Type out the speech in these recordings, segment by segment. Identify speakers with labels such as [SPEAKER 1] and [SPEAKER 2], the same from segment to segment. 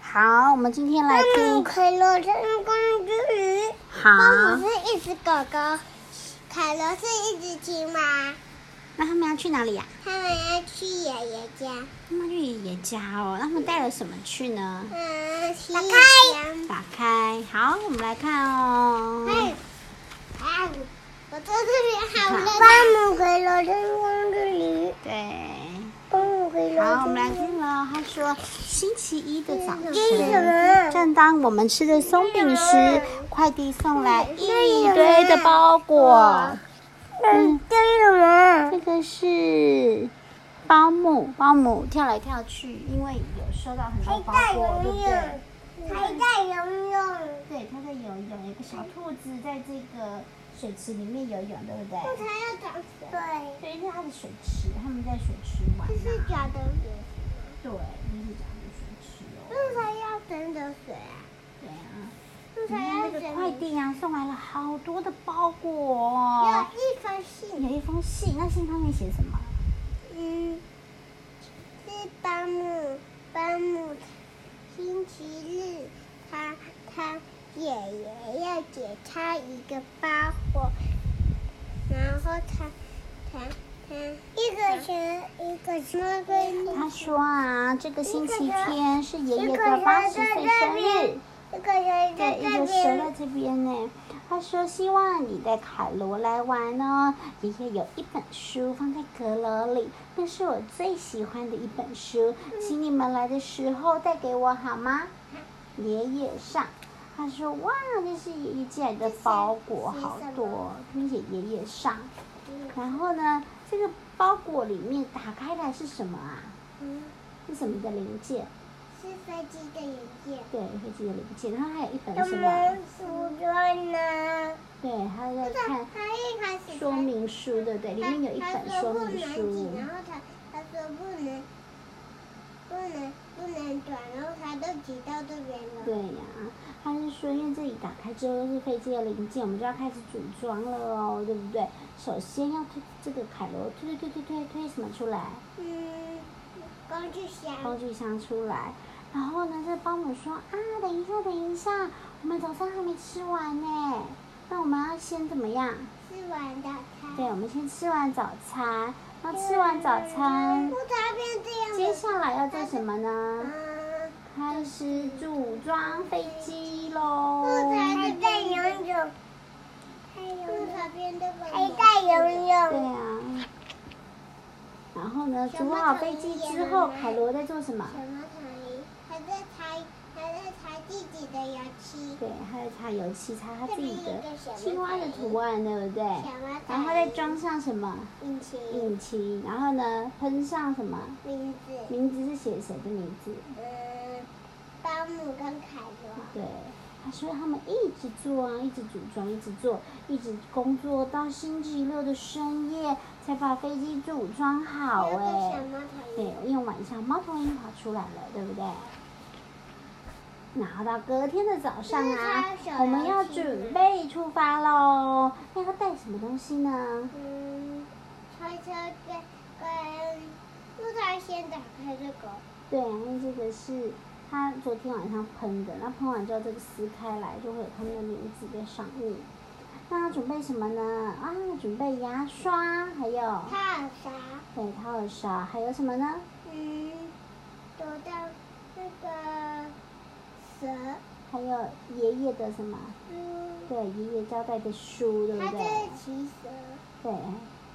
[SPEAKER 1] 好，我们今天来
[SPEAKER 2] 生日
[SPEAKER 1] 听。
[SPEAKER 2] 快乐，生日快乐！
[SPEAKER 1] 好，
[SPEAKER 2] 妈妈是一只狗狗，凯罗是一只青蛙，
[SPEAKER 1] 那他们要去哪里呀、啊
[SPEAKER 2] 他们要去爷爷家。
[SPEAKER 1] 他们去爷爷家哦。那他们带了什么去呢？
[SPEAKER 2] 嗯，去
[SPEAKER 1] 打
[SPEAKER 2] 爷
[SPEAKER 1] 开
[SPEAKER 2] 爷家。
[SPEAKER 1] 打开，好，我们来看哦。
[SPEAKER 2] 哎，啊，我坐这边好
[SPEAKER 1] 好
[SPEAKER 2] 热闹。妈妈快乐，生日快乐！
[SPEAKER 1] 对，
[SPEAKER 2] 妈妈快乐。
[SPEAKER 1] 好，我们来听了。他说，星期一的早
[SPEAKER 2] 这是什么
[SPEAKER 1] 晨，正当我们吃着松饼时，快递送来一堆的包裹。
[SPEAKER 2] 嗯，这是什么？
[SPEAKER 1] 这个是包姆，包姆跳来跳去，因为有收到很多包裹，对不对？
[SPEAKER 2] 还在游泳。
[SPEAKER 1] 对，它在游泳，有个小兔子在这个水池里面游泳，对不
[SPEAKER 2] 它
[SPEAKER 1] 对？
[SPEAKER 2] 要长对，
[SPEAKER 1] 对，这是它的水池，他们在水池玩
[SPEAKER 2] 这是
[SPEAKER 1] 啊。
[SPEAKER 2] 假的水，
[SPEAKER 1] 对，就是讲的水池哦。
[SPEAKER 2] 那才要真的水啊，
[SPEAKER 1] 对啊，
[SPEAKER 2] 那才
[SPEAKER 1] 然后
[SPEAKER 2] 要
[SPEAKER 1] 那
[SPEAKER 2] 真
[SPEAKER 1] 个快
[SPEAKER 2] 的。
[SPEAKER 1] 递啊，送来了好多的包裹哦
[SPEAKER 2] 要。一封信，
[SPEAKER 1] 有一封信，那信上面写什么？
[SPEAKER 2] 嗯，是保姆，保姆星期日，他他爷爷要给他一个包裹，然后他他他一个学一个玫瑰
[SPEAKER 1] 他说啊，这个星期天是爷爷的八十岁生日。
[SPEAKER 2] 一个人在
[SPEAKER 1] 对，一
[SPEAKER 2] 这
[SPEAKER 1] 个蛇
[SPEAKER 2] 边
[SPEAKER 1] 在。这边呢。他说希望你带凯罗来玩哦。爷爷有一本书放在阁楼里，那是我最喜欢的一本书，请你们来的时候带给我好吗？爷爷上。他说：“哇，这是爷爷寄来的包裹，
[SPEAKER 2] 这是
[SPEAKER 1] 好
[SPEAKER 2] 什么
[SPEAKER 1] 多，并且爷爷上。然后呢，这个包裹里面打开来是什么啊？
[SPEAKER 2] 嗯
[SPEAKER 1] 是什么的零件？
[SPEAKER 2] 是飞机的眼镜。
[SPEAKER 1] 对，飞机的零件。然后还有一本
[SPEAKER 2] 我
[SPEAKER 1] 什么
[SPEAKER 2] 们？组装呢？
[SPEAKER 1] 对，还在看
[SPEAKER 2] 他一开始
[SPEAKER 1] 说明书，对不对？里面有一本说明书。
[SPEAKER 2] 然后他他说不能，不能不能转，然后他都挤到这边
[SPEAKER 1] 对
[SPEAKER 2] 了。
[SPEAKER 1] 呀、他是说，因为这里打开之后都是飞机的零件，我们就要开始组装了哦，对不对？首先要推这个凯罗，推推推推推推什么出来？
[SPEAKER 2] 嗯，工具箱。
[SPEAKER 1] 工具箱出来。然后呢，这保姆说啊，等一下，等一下，我们早餐还没吃完呢，那我们要先怎么样？
[SPEAKER 2] 吃完早餐。
[SPEAKER 1] 对，我们先吃完早餐，然后吃完早餐
[SPEAKER 2] 不，它变这
[SPEAKER 1] 接
[SPEAKER 2] 样子。
[SPEAKER 1] 下来要做什么呢？
[SPEAKER 2] 嗯，
[SPEAKER 1] 开始组装飞机喽！
[SPEAKER 2] 不哦它在游泳。不它变这个。还在游
[SPEAKER 1] 对
[SPEAKER 2] 泳。
[SPEAKER 1] 啊。然后呢，组好飞机之后，凯罗在做什么？
[SPEAKER 2] 什么才？还在猜，还在猜自己的油漆。
[SPEAKER 1] 对，他在擦油漆，擦他自己
[SPEAKER 2] 这
[SPEAKER 1] 的
[SPEAKER 2] 边有一个小的
[SPEAKER 1] 青蛙的图案，对不对？
[SPEAKER 2] 小蛙
[SPEAKER 1] 然后他再装上什么
[SPEAKER 2] 引擎、
[SPEAKER 1] 引擎？然后呢，喷上什么？
[SPEAKER 2] 名字，
[SPEAKER 1] 名字是写谁的名字？
[SPEAKER 2] 嗯，保姆跟凯罗，
[SPEAKER 1] 对，他说他们一直做啊，一直组装，一直做，一直工作到星期六的深夜才把飞机组装好
[SPEAKER 2] 还有
[SPEAKER 1] 哎、
[SPEAKER 2] 个小猫头
[SPEAKER 1] 对
[SPEAKER 2] 鹰，，
[SPEAKER 1] 因为晚上猫头鹰跑出来了，对不对？然后到隔天的早上啊
[SPEAKER 2] 那是小，
[SPEAKER 1] 我们要
[SPEAKER 2] 羊群
[SPEAKER 1] 准备出发喽。那要带什么东西呢？
[SPEAKER 2] 嗯，推车跟跟，那他先打开这个，
[SPEAKER 1] 对，因为这个是他昨天晚上喷的，那喷完之后这个撕开来就会有他们的名字在上面。那要准备什么呢？啊，准备牙刷，还有
[SPEAKER 2] 他有啥？
[SPEAKER 1] 对，掏耳勺，还有什么呢？
[SPEAKER 2] 嗯，躲到那个蛇，
[SPEAKER 1] 还有爷爷的什么？
[SPEAKER 2] 嗯，
[SPEAKER 1] 对，爷爷交代的书，对
[SPEAKER 2] 他
[SPEAKER 1] 不
[SPEAKER 2] 这
[SPEAKER 1] 对？
[SPEAKER 2] 是骑蛇，
[SPEAKER 1] 对，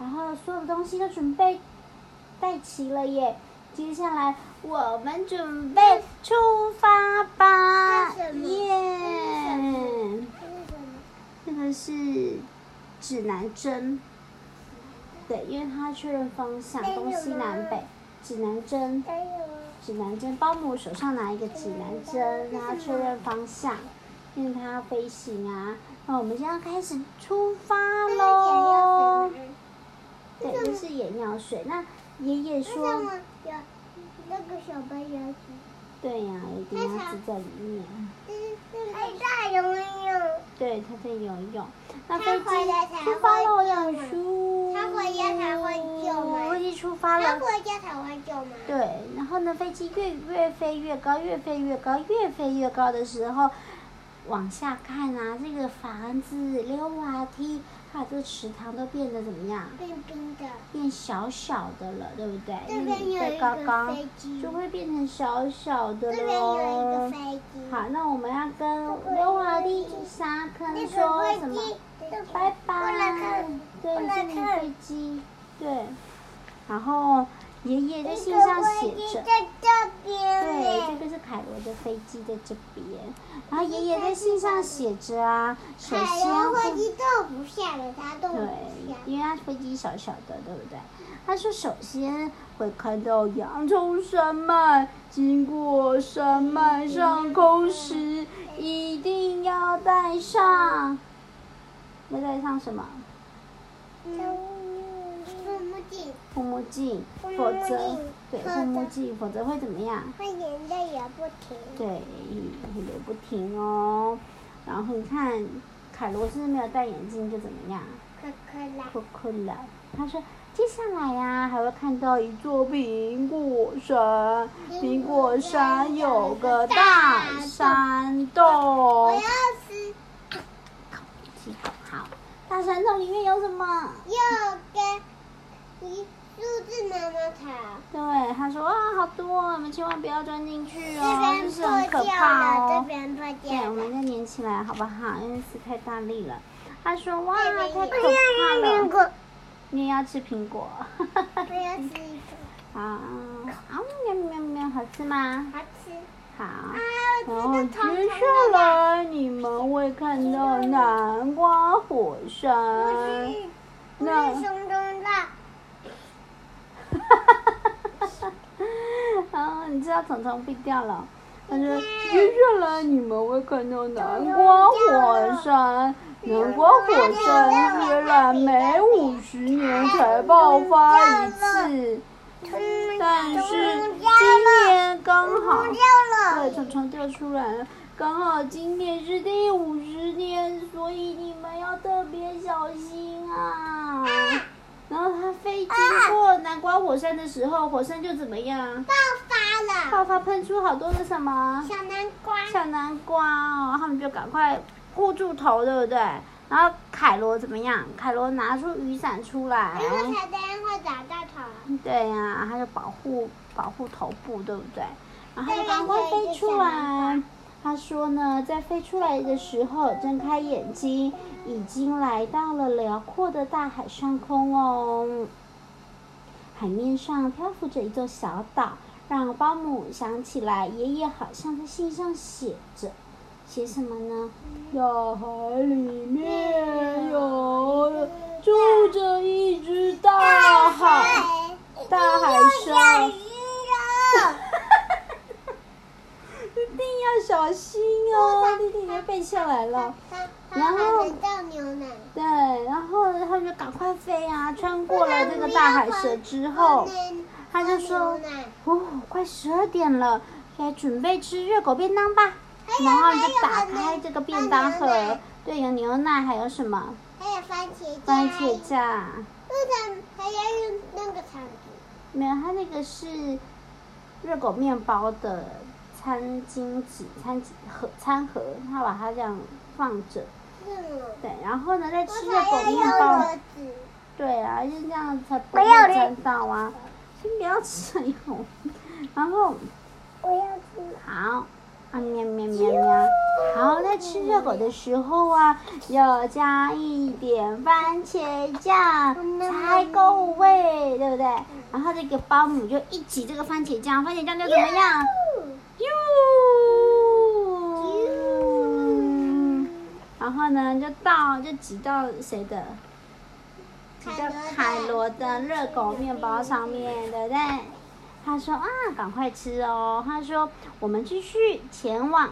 [SPEAKER 1] 然后所有的东西都准备带齐了耶。接下来我们准备出发吧，
[SPEAKER 2] 这是什么这是什
[SPEAKER 1] 耶！
[SPEAKER 2] 么？
[SPEAKER 1] 这个是指南针，对，因为它确认方向，
[SPEAKER 2] 哎
[SPEAKER 1] 东西南北，指南针，
[SPEAKER 2] 还有
[SPEAKER 1] 指南针。保姆手上拿一个指南针，让它确认方向，因为它要飞行啊。那我们现在开始出发
[SPEAKER 2] 那个！眼药
[SPEAKER 1] 喽
[SPEAKER 2] 水吗？
[SPEAKER 1] 对，这是眼药水。那爷爷
[SPEAKER 2] 为什
[SPEAKER 1] 说，
[SPEAKER 2] 么有那个小白牙齿？
[SPEAKER 1] 对呀、有一定要子在里面。
[SPEAKER 2] 还在游泳，
[SPEAKER 1] 对，他在游泳。那
[SPEAKER 2] 他
[SPEAKER 1] 飞机
[SPEAKER 2] 回来才
[SPEAKER 1] 出发
[SPEAKER 2] 会
[SPEAKER 1] 喽，
[SPEAKER 2] 游
[SPEAKER 1] 要
[SPEAKER 2] 泳
[SPEAKER 1] 出
[SPEAKER 2] 他它回家才会救吗
[SPEAKER 1] 一出发
[SPEAKER 2] 它
[SPEAKER 1] 了。
[SPEAKER 2] 回家才会救吗？
[SPEAKER 1] 对，然后呢，飞机越越飞越高，越飞越高，越飞越高的时候，往下看啊，这个房子、溜滑梯，还有这个池塘都变得怎么样？
[SPEAKER 2] 冰冰的，
[SPEAKER 1] 变小小的了，对不对？
[SPEAKER 2] 这
[SPEAKER 1] 因为
[SPEAKER 2] 边
[SPEAKER 1] 你
[SPEAKER 2] 有
[SPEAKER 1] 飞
[SPEAKER 2] 一
[SPEAKER 1] 高
[SPEAKER 2] 个
[SPEAKER 1] 高，
[SPEAKER 2] 飞机，
[SPEAKER 1] 就会变成小小的
[SPEAKER 2] 这边有一个
[SPEAKER 1] 喽
[SPEAKER 2] 飞。机。
[SPEAKER 1] 好，那我们要跟溜滑梯、沙
[SPEAKER 2] 那
[SPEAKER 1] 坑说
[SPEAKER 2] 个
[SPEAKER 1] 什
[SPEAKER 2] 飞
[SPEAKER 1] 么？
[SPEAKER 2] 机，
[SPEAKER 1] 拜
[SPEAKER 2] 过来
[SPEAKER 1] 拜
[SPEAKER 2] 看，
[SPEAKER 1] 对，
[SPEAKER 2] 过来
[SPEAKER 1] 这里
[SPEAKER 2] 看
[SPEAKER 1] 飞机，对，然后爷爷在信上写着，
[SPEAKER 2] 在这边
[SPEAKER 1] 对，这
[SPEAKER 2] 嘞，
[SPEAKER 1] 个是凯罗的飞机在这边，然后爷爷在信上写着啊，首
[SPEAKER 2] 海
[SPEAKER 1] 先
[SPEAKER 2] 螺飞
[SPEAKER 1] 会。
[SPEAKER 2] 哎机动不下来，它动
[SPEAKER 1] 对
[SPEAKER 2] 不下，来。
[SPEAKER 1] 因为他飞机小小的，对不对？他说，首先会看到洋葱山脉，经过山脉上空时，一定要带上，要带上什么？
[SPEAKER 2] 嗯，护目镜，
[SPEAKER 1] 护目镜，
[SPEAKER 2] 护
[SPEAKER 1] 否
[SPEAKER 2] 目
[SPEAKER 1] 则
[SPEAKER 2] 镜
[SPEAKER 1] 对
[SPEAKER 2] 否
[SPEAKER 1] 护目
[SPEAKER 2] 则
[SPEAKER 1] 镜，否则会怎么样？
[SPEAKER 2] 它眼泪也不停。
[SPEAKER 1] 对，会流不停哦。然后你看，凯罗是没有戴眼镜就怎么样？
[SPEAKER 2] 可可啦，
[SPEAKER 1] 哭哭了。他说，接下来呀、还会看到一座苹果山，苹果山有个大山
[SPEAKER 2] 我
[SPEAKER 1] 洞
[SPEAKER 2] 要。吃
[SPEAKER 1] 几口好，大山洞里面有什么？
[SPEAKER 2] 要跟一树枝妈妈草，
[SPEAKER 1] 对，他说啊，好多哦，你们千万不要钻进去
[SPEAKER 2] 这
[SPEAKER 1] 哦，
[SPEAKER 2] 边
[SPEAKER 1] 就是
[SPEAKER 2] 破
[SPEAKER 1] 很可
[SPEAKER 2] 掉
[SPEAKER 1] 怕
[SPEAKER 2] 了，
[SPEAKER 1] 哦
[SPEAKER 2] 这。边破
[SPEAKER 1] 对，
[SPEAKER 2] 掉了
[SPEAKER 1] 我们。再粘起来好不好？因为是太大力了。他说哇，
[SPEAKER 2] 这边
[SPEAKER 1] 太可
[SPEAKER 2] 也有
[SPEAKER 1] 怕了，
[SPEAKER 2] 果，
[SPEAKER 1] 你也要吃苹果。
[SPEAKER 2] 我要吃一个，
[SPEAKER 1] 好，啊，喵喵喵，好吃吗？
[SPEAKER 2] 好吃
[SPEAKER 1] 好。
[SPEAKER 2] 啊！
[SPEAKER 1] 然
[SPEAKER 2] 我
[SPEAKER 1] 后
[SPEAKER 2] 吃的糖
[SPEAKER 1] 接
[SPEAKER 2] 糖
[SPEAKER 1] 下
[SPEAKER 2] 的啦，
[SPEAKER 1] 来你们会看到南瓜火
[SPEAKER 2] 不
[SPEAKER 1] 山。
[SPEAKER 2] 是不
[SPEAKER 1] 那
[SPEAKER 2] 是熊中辣，
[SPEAKER 1] 啊，你知道虫虫毙掉了。他说：“接下来你们会看到南瓜火山，南瓜火山虽然每五十年才爆发一次，但是今年刚好，
[SPEAKER 2] 掉
[SPEAKER 1] 对，
[SPEAKER 2] 了，
[SPEAKER 1] 虫虫掉出来了，刚好今年是第五十年，所以你们要特别小心啊。”然后它飞经过南瓜火山的时候，火山就怎么样？
[SPEAKER 2] 爆发了，
[SPEAKER 1] 爆发喷出好多的什么
[SPEAKER 2] 小南瓜，
[SPEAKER 1] 小南瓜哦，他们就赶快护住头，对不对？然后凯罗怎么样？凯罗拿出雨伞出来，
[SPEAKER 2] 因为它这样会打到头，
[SPEAKER 1] 对呀、他就保护保护头部，对不对？然后他就赶快飞出来。他说呢，在飞出来的时候，睁开眼睛，已经来到了辽阔的大海上空哦。海面上漂浮着一座小岛，让保姆想起来，爷爷好像在信上写着，写什么呢？大海里面有住着一只嗯大海。大海
[SPEAKER 2] 小
[SPEAKER 1] 上
[SPEAKER 2] 心哦，
[SPEAKER 1] 一定要小心哦，弟弟要背下来了。
[SPEAKER 2] 它它
[SPEAKER 1] 然
[SPEAKER 2] 还
[SPEAKER 1] 后
[SPEAKER 2] 能倒牛奶，
[SPEAKER 1] 对，然后他们就赶快飞啊，穿过了这个大海蛇之后，他就说
[SPEAKER 2] 牛奶。
[SPEAKER 1] 哦，快十二点了，该准备吃热狗便当吧。
[SPEAKER 2] 还有
[SPEAKER 1] 然后就打
[SPEAKER 2] 还有
[SPEAKER 1] 开这个便
[SPEAKER 2] 哎还有
[SPEAKER 1] 当
[SPEAKER 2] 牛
[SPEAKER 1] 盒
[SPEAKER 2] 奶，
[SPEAKER 1] 对，有牛奶，还有什么
[SPEAKER 2] 还有番茄
[SPEAKER 1] 番
[SPEAKER 2] 酱，
[SPEAKER 1] 茄酱。
[SPEAKER 2] 为什么还要用那个铲子？
[SPEAKER 1] 没有，它那个是热狗面包的餐巾纸、餐盒、餐盒，它把它这样放着。
[SPEAKER 2] 嗯，
[SPEAKER 1] 对，然后呢，再吃
[SPEAKER 2] 我
[SPEAKER 1] 热狗
[SPEAKER 2] 还要
[SPEAKER 1] 面
[SPEAKER 2] 用
[SPEAKER 1] 包。
[SPEAKER 2] 盒子。
[SPEAKER 1] 对啊，就这样才不
[SPEAKER 2] 我要
[SPEAKER 1] 会
[SPEAKER 2] 嘞
[SPEAKER 1] 沾到啊。先不要吃哟。然后
[SPEAKER 2] 我要吃。
[SPEAKER 1] 好，啊喵喵喵喵。好，在吃热狗的时候啊，要加一点番茄酱
[SPEAKER 2] 嗯
[SPEAKER 1] 才够味，对不对？然后这个保姆就一挤这个番茄酱，番茄酱就怎么样？哟，
[SPEAKER 2] 嗯
[SPEAKER 1] 然后呢，就到就挤到谁的？挤到凯罗的热狗面包上面，对不对？他说啊，赶快吃哦。他说我们继续前往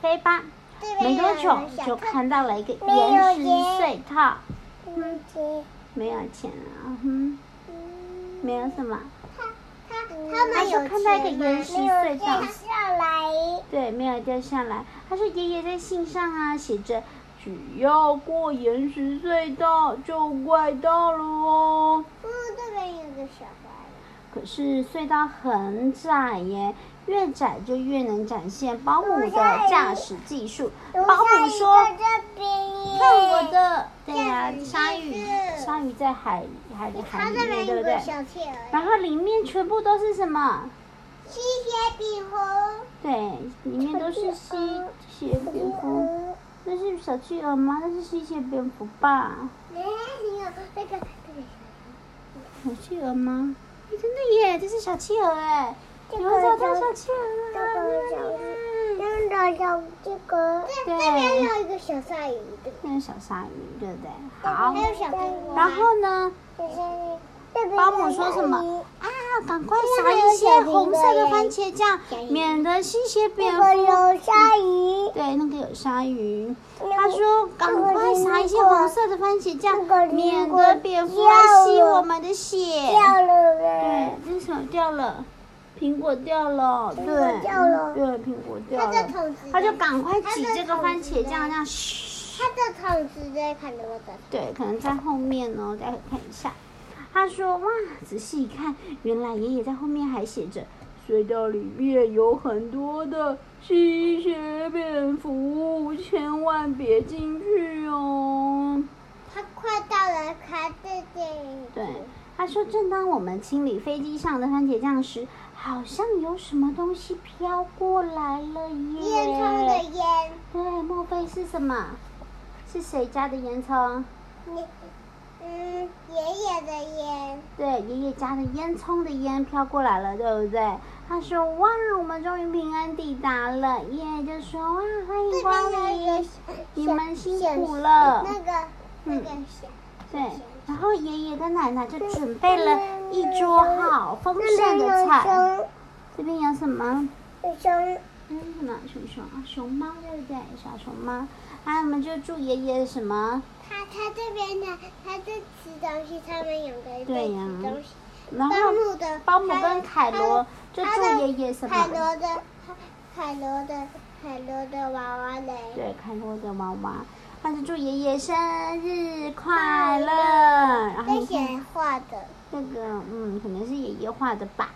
[SPEAKER 1] 飞吧。
[SPEAKER 2] 这边
[SPEAKER 1] 没多久
[SPEAKER 2] 有小兔
[SPEAKER 1] 就看到了一个
[SPEAKER 2] 没有
[SPEAKER 1] 岩石
[SPEAKER 2] 耶
[SPEAKER 1] 隧道，
[SPEAKER 2] 番茄
[SPEAKER 1] 没有钱啊，嗯，
[SPEAKER 2] 嗯
[SPEAKER 1] 没有什么，
[SPEAKER 2] 它它它
[SPEAKER 1] 它
[SPEAKER 2] 们
[SPEAKER 1] 就
[SPEAKER 2] 有
[SPEAKER 1] 看到一
[SPEAKER 2] 钱
[SPEAKER 1] 个
[SPEAKER 2] 吗
[SPEAKER 1] 岩石
[SPEAKER 2] 没有
[SPEAKER 1] 隧道
[SPEAKER 2] 掉下来。
[SPEAKER 1] 对，没有掉下来。他说爷爷在信上啊写着，
[SPEAKER 3] 只要过岩石隧道就快到了哦。
[SPEAKER 2] 不，嗯这边有个小花园。
[SPEAKER 1] 可是隧道很窄耶，越窄就越能展现保姆的驾驶技术。保
[SPEAKER 2] 我下
[SPEAKER 1] 姆
[SPEAKER 2] 一个
[SPEAKER 1] 说
[SPEAKER 2] 这边：“耶，
[SPEAKER 1] 看我的，对呀、
[SPEAKER 2] 这样子
[SPEAKER 1] 鲨鱼
[SPEAKER 2] 这，
[SPEAKER 1] 鲨鱼在海海
[SPEAKER 2] 你
[SPEAKER 1] 海
[SPEAKER 2] 看
[SPEAKER 1] 里
[SPEAKER 2] 这
[SPEAKER 1] 面，
[SPEAKER 2] 边
[SPEAKER 1] 对不
[SPEAKER 2] 有
[SPEAKER 1] 对
[SPEAKER 2] 个？小企鹅，
[SPEAKER 1] 然后里面全部都是什么？
[SPEAKER 2] 吸血比猴，
[SPEAKER 1] 对，里面都是吸血蝙蝠。那是小企鹅吗？那是吸血蝙蝠吧？
[SPEAKER 2] 哎，你有那个这个
[SPEAKER 1] 小企鹅吗？哎，真的耶，这是小企鹅哎，
[SPEAKER 2] 这
[SPEAKER 1] 你们找到
[SPEAKER 2] 个
[SPEAKER 1] 小企鹅啊
[SPEAKER 2] 这
[SPEAKER 1] 了
[SPEAKER 2] 个小
[SPEAKER 1] 耶！
[SPEAKER 2] 这个小这个，这
[SPEAKER 1] 对
[SPEAKER 2] 这边有一个小鲨鱼，对不对
[SPEAKER 1] 那是小鲨鱼，对不对？好，
[SPEAKER 2] 还有小苹果，
[SPEAKER 1] 然后呢？
[SPEAKER 2] 小鲨鱼这边有
[SPEAKER 1] 保姆说什么
[SPEAKER 2] 鲨鱼？
[SPEAKER 1] 啊，赶快撒一些红色的番茄酱
[SPEAKER 2] 小鱼，
[SPEAKER 1] 免得吸
[SPEAKER 2] 这
[SPEAKER 1] 血蝙
[SPEAKER 2] 个
[SPEAKER 1] 蝠。
[SPEAKER 2] 有鲨鱼，
[SPEAKER 1] 对，那个有鲨鱼。
[SPEAKER 2] 他
[SPEAKER 1] 他说：“赶快撒一些红色的番茄
[SPEAKER 2] 那
[SPEAKER 1] 酱
[SPEAKER 2] 个，苹果
[SPEAKER 1] 免得蝙蝠来吸我们的血。”
[SPEAKER 2] 掉了呗
[SPEAKER 1] 对，。这手掉了，苹果掉了，对，
[SPEAKER 2] 苹果掉了
[SPEAKER 1] 对，苹果掉
[SPEAKER 2] 它的
[SPEAKER 1] 了。
[SPEAKER 2] 桶子，
[SPEAKER 1] 他就赶快挤
[SPEAKER 2] 它的
[SPEAKER 1] 这个
[SPEAKER 2] 桶
[SPEAKER 1] 番
[SPEAKER 2] 子
[SPEAKER 1] 茄酱，
[SPEAKER 2] 嘞
[SPEAKER 1] 这样嘘。
[SPEAKER 2] 它的桶子在看着我的，
[SPEAKER 1] 对，可能在后面哦，待会看一下。他说：“哇，仔细一看，原来爷爷在后面还写着，
[SPEAKER 3] 隧道里面有很多的吸血蝙蝠，千万别进去哦。
[SPEAKER 2] 它快到了，它在这里。
[SPEAKER 1] 对。”他说：“正当我们清理飞机上的番茄酱时，好像有什么东西飘过来了耶！
[SPEAKER 2] 烟囱的烟，
[SPEAKER 1] 对，莫非是什么？是谁家的烟囱？
[SPEAKER 2] 你，嗯，爷爷的烟，
[SPEAKER 1] 对，爷爷家的烟囱的烟飘过来了，对不对？他说：“哇，我们终于平安抵达了。”爷爷就说：“哇，欢迎
[SPEAKER 2] 这
[SPEAKER 1] 光
[SPEAKER 2] 边有一
[SPEAKER 1] 临
[SPEAKER 2] 个。
[SPEAKER 1] 你
[SPEAKER 2] 小
[SPEAKER 1] 们辛
[SPEAKER 2] 小
[SPEAKER 1] 苦了嗯
[SPEAKER 2] 那个那个小，”
[SPEAKER 1] 对，然后爷爷跟奶奶就准备了一桌好丰
[SPEAKER 2] 那边
[SPEAKER 1] 盛的
[SPEAKER 2] 有
[SPEAKER 1] 菜。
[SPEAKER 2] 熊，
[SPEAKER 1] 这边有什么？
[SPEAKER 2] 有熊，
[SPEAKER 1] 嗯，什么熊熊啊？熊猫对不对？小熊猫。啊，我们就祝爷爷什么？
[SPEAKER 2] 它它这边的它在吃东西，他们两个人在
[SPEAKER 1] 对呀
[SPEAKER 2] 吃东西。
[SPEAKER 1] 然后
[SPEAKER 2] 保姆的
[SPEAKER 1] 保姆
[SPEAKER 2] 他
[SPEAKER 1] 跟凯罗就
[SPEAKER 2] 他
[SPEAKER 1] 祝
[SPEAKER 2] 的
[SPEAKER 1] 爷爷什
[SPEAKER 2] 海
[SPEAKER 1] 么？
[SPEAKER 2] 螺的海螺的海螺的娃娃嘞，
[SPEAKER 1] 对，看过的娃娃，他是祝爷爷生日快乐。然后
[SPEAKER 2] 那
[SPEAKER 1] 你看
[SPEAKER 2] 些画的，
[SPEAKER 1] 这个，嗯，可能是爷爷画的吧。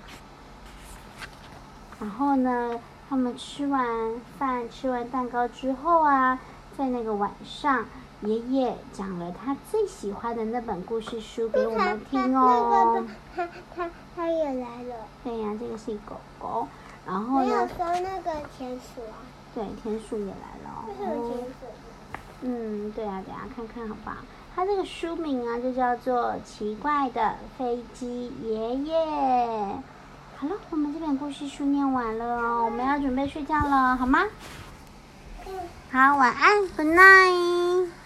[SPEAKER 1] 然后呢，他们吃完饭、吃完蛋糕之后啊，在那个晚上，爷爷讲了他最喜欢的那本故事书给我们听哦。
[SPEAKER 2] 他他他他也来了，
[SPEAKER 1] 对呀、这个是狗狗。然后
[SPEAKER 2] 没有
[SPEAKER 1] 呢，
[SPEAKER 2] 说那个田鼠啊，
[SPEAKER 1] 对，天树也来了、哦。
[SPEAKER 2] 为什么田鼠？
[SPEAKER 1] 嗯，对啊，等一下看看好不好？它这个书名啊，就叫做《奇怪的飞机爷爷》。好了，我们这本故事书念完了哦，我们要准备睡觉了，好吗？
[SPEAKER 2] 嗯
[SPEAKER 1] 好，晚安，Good night。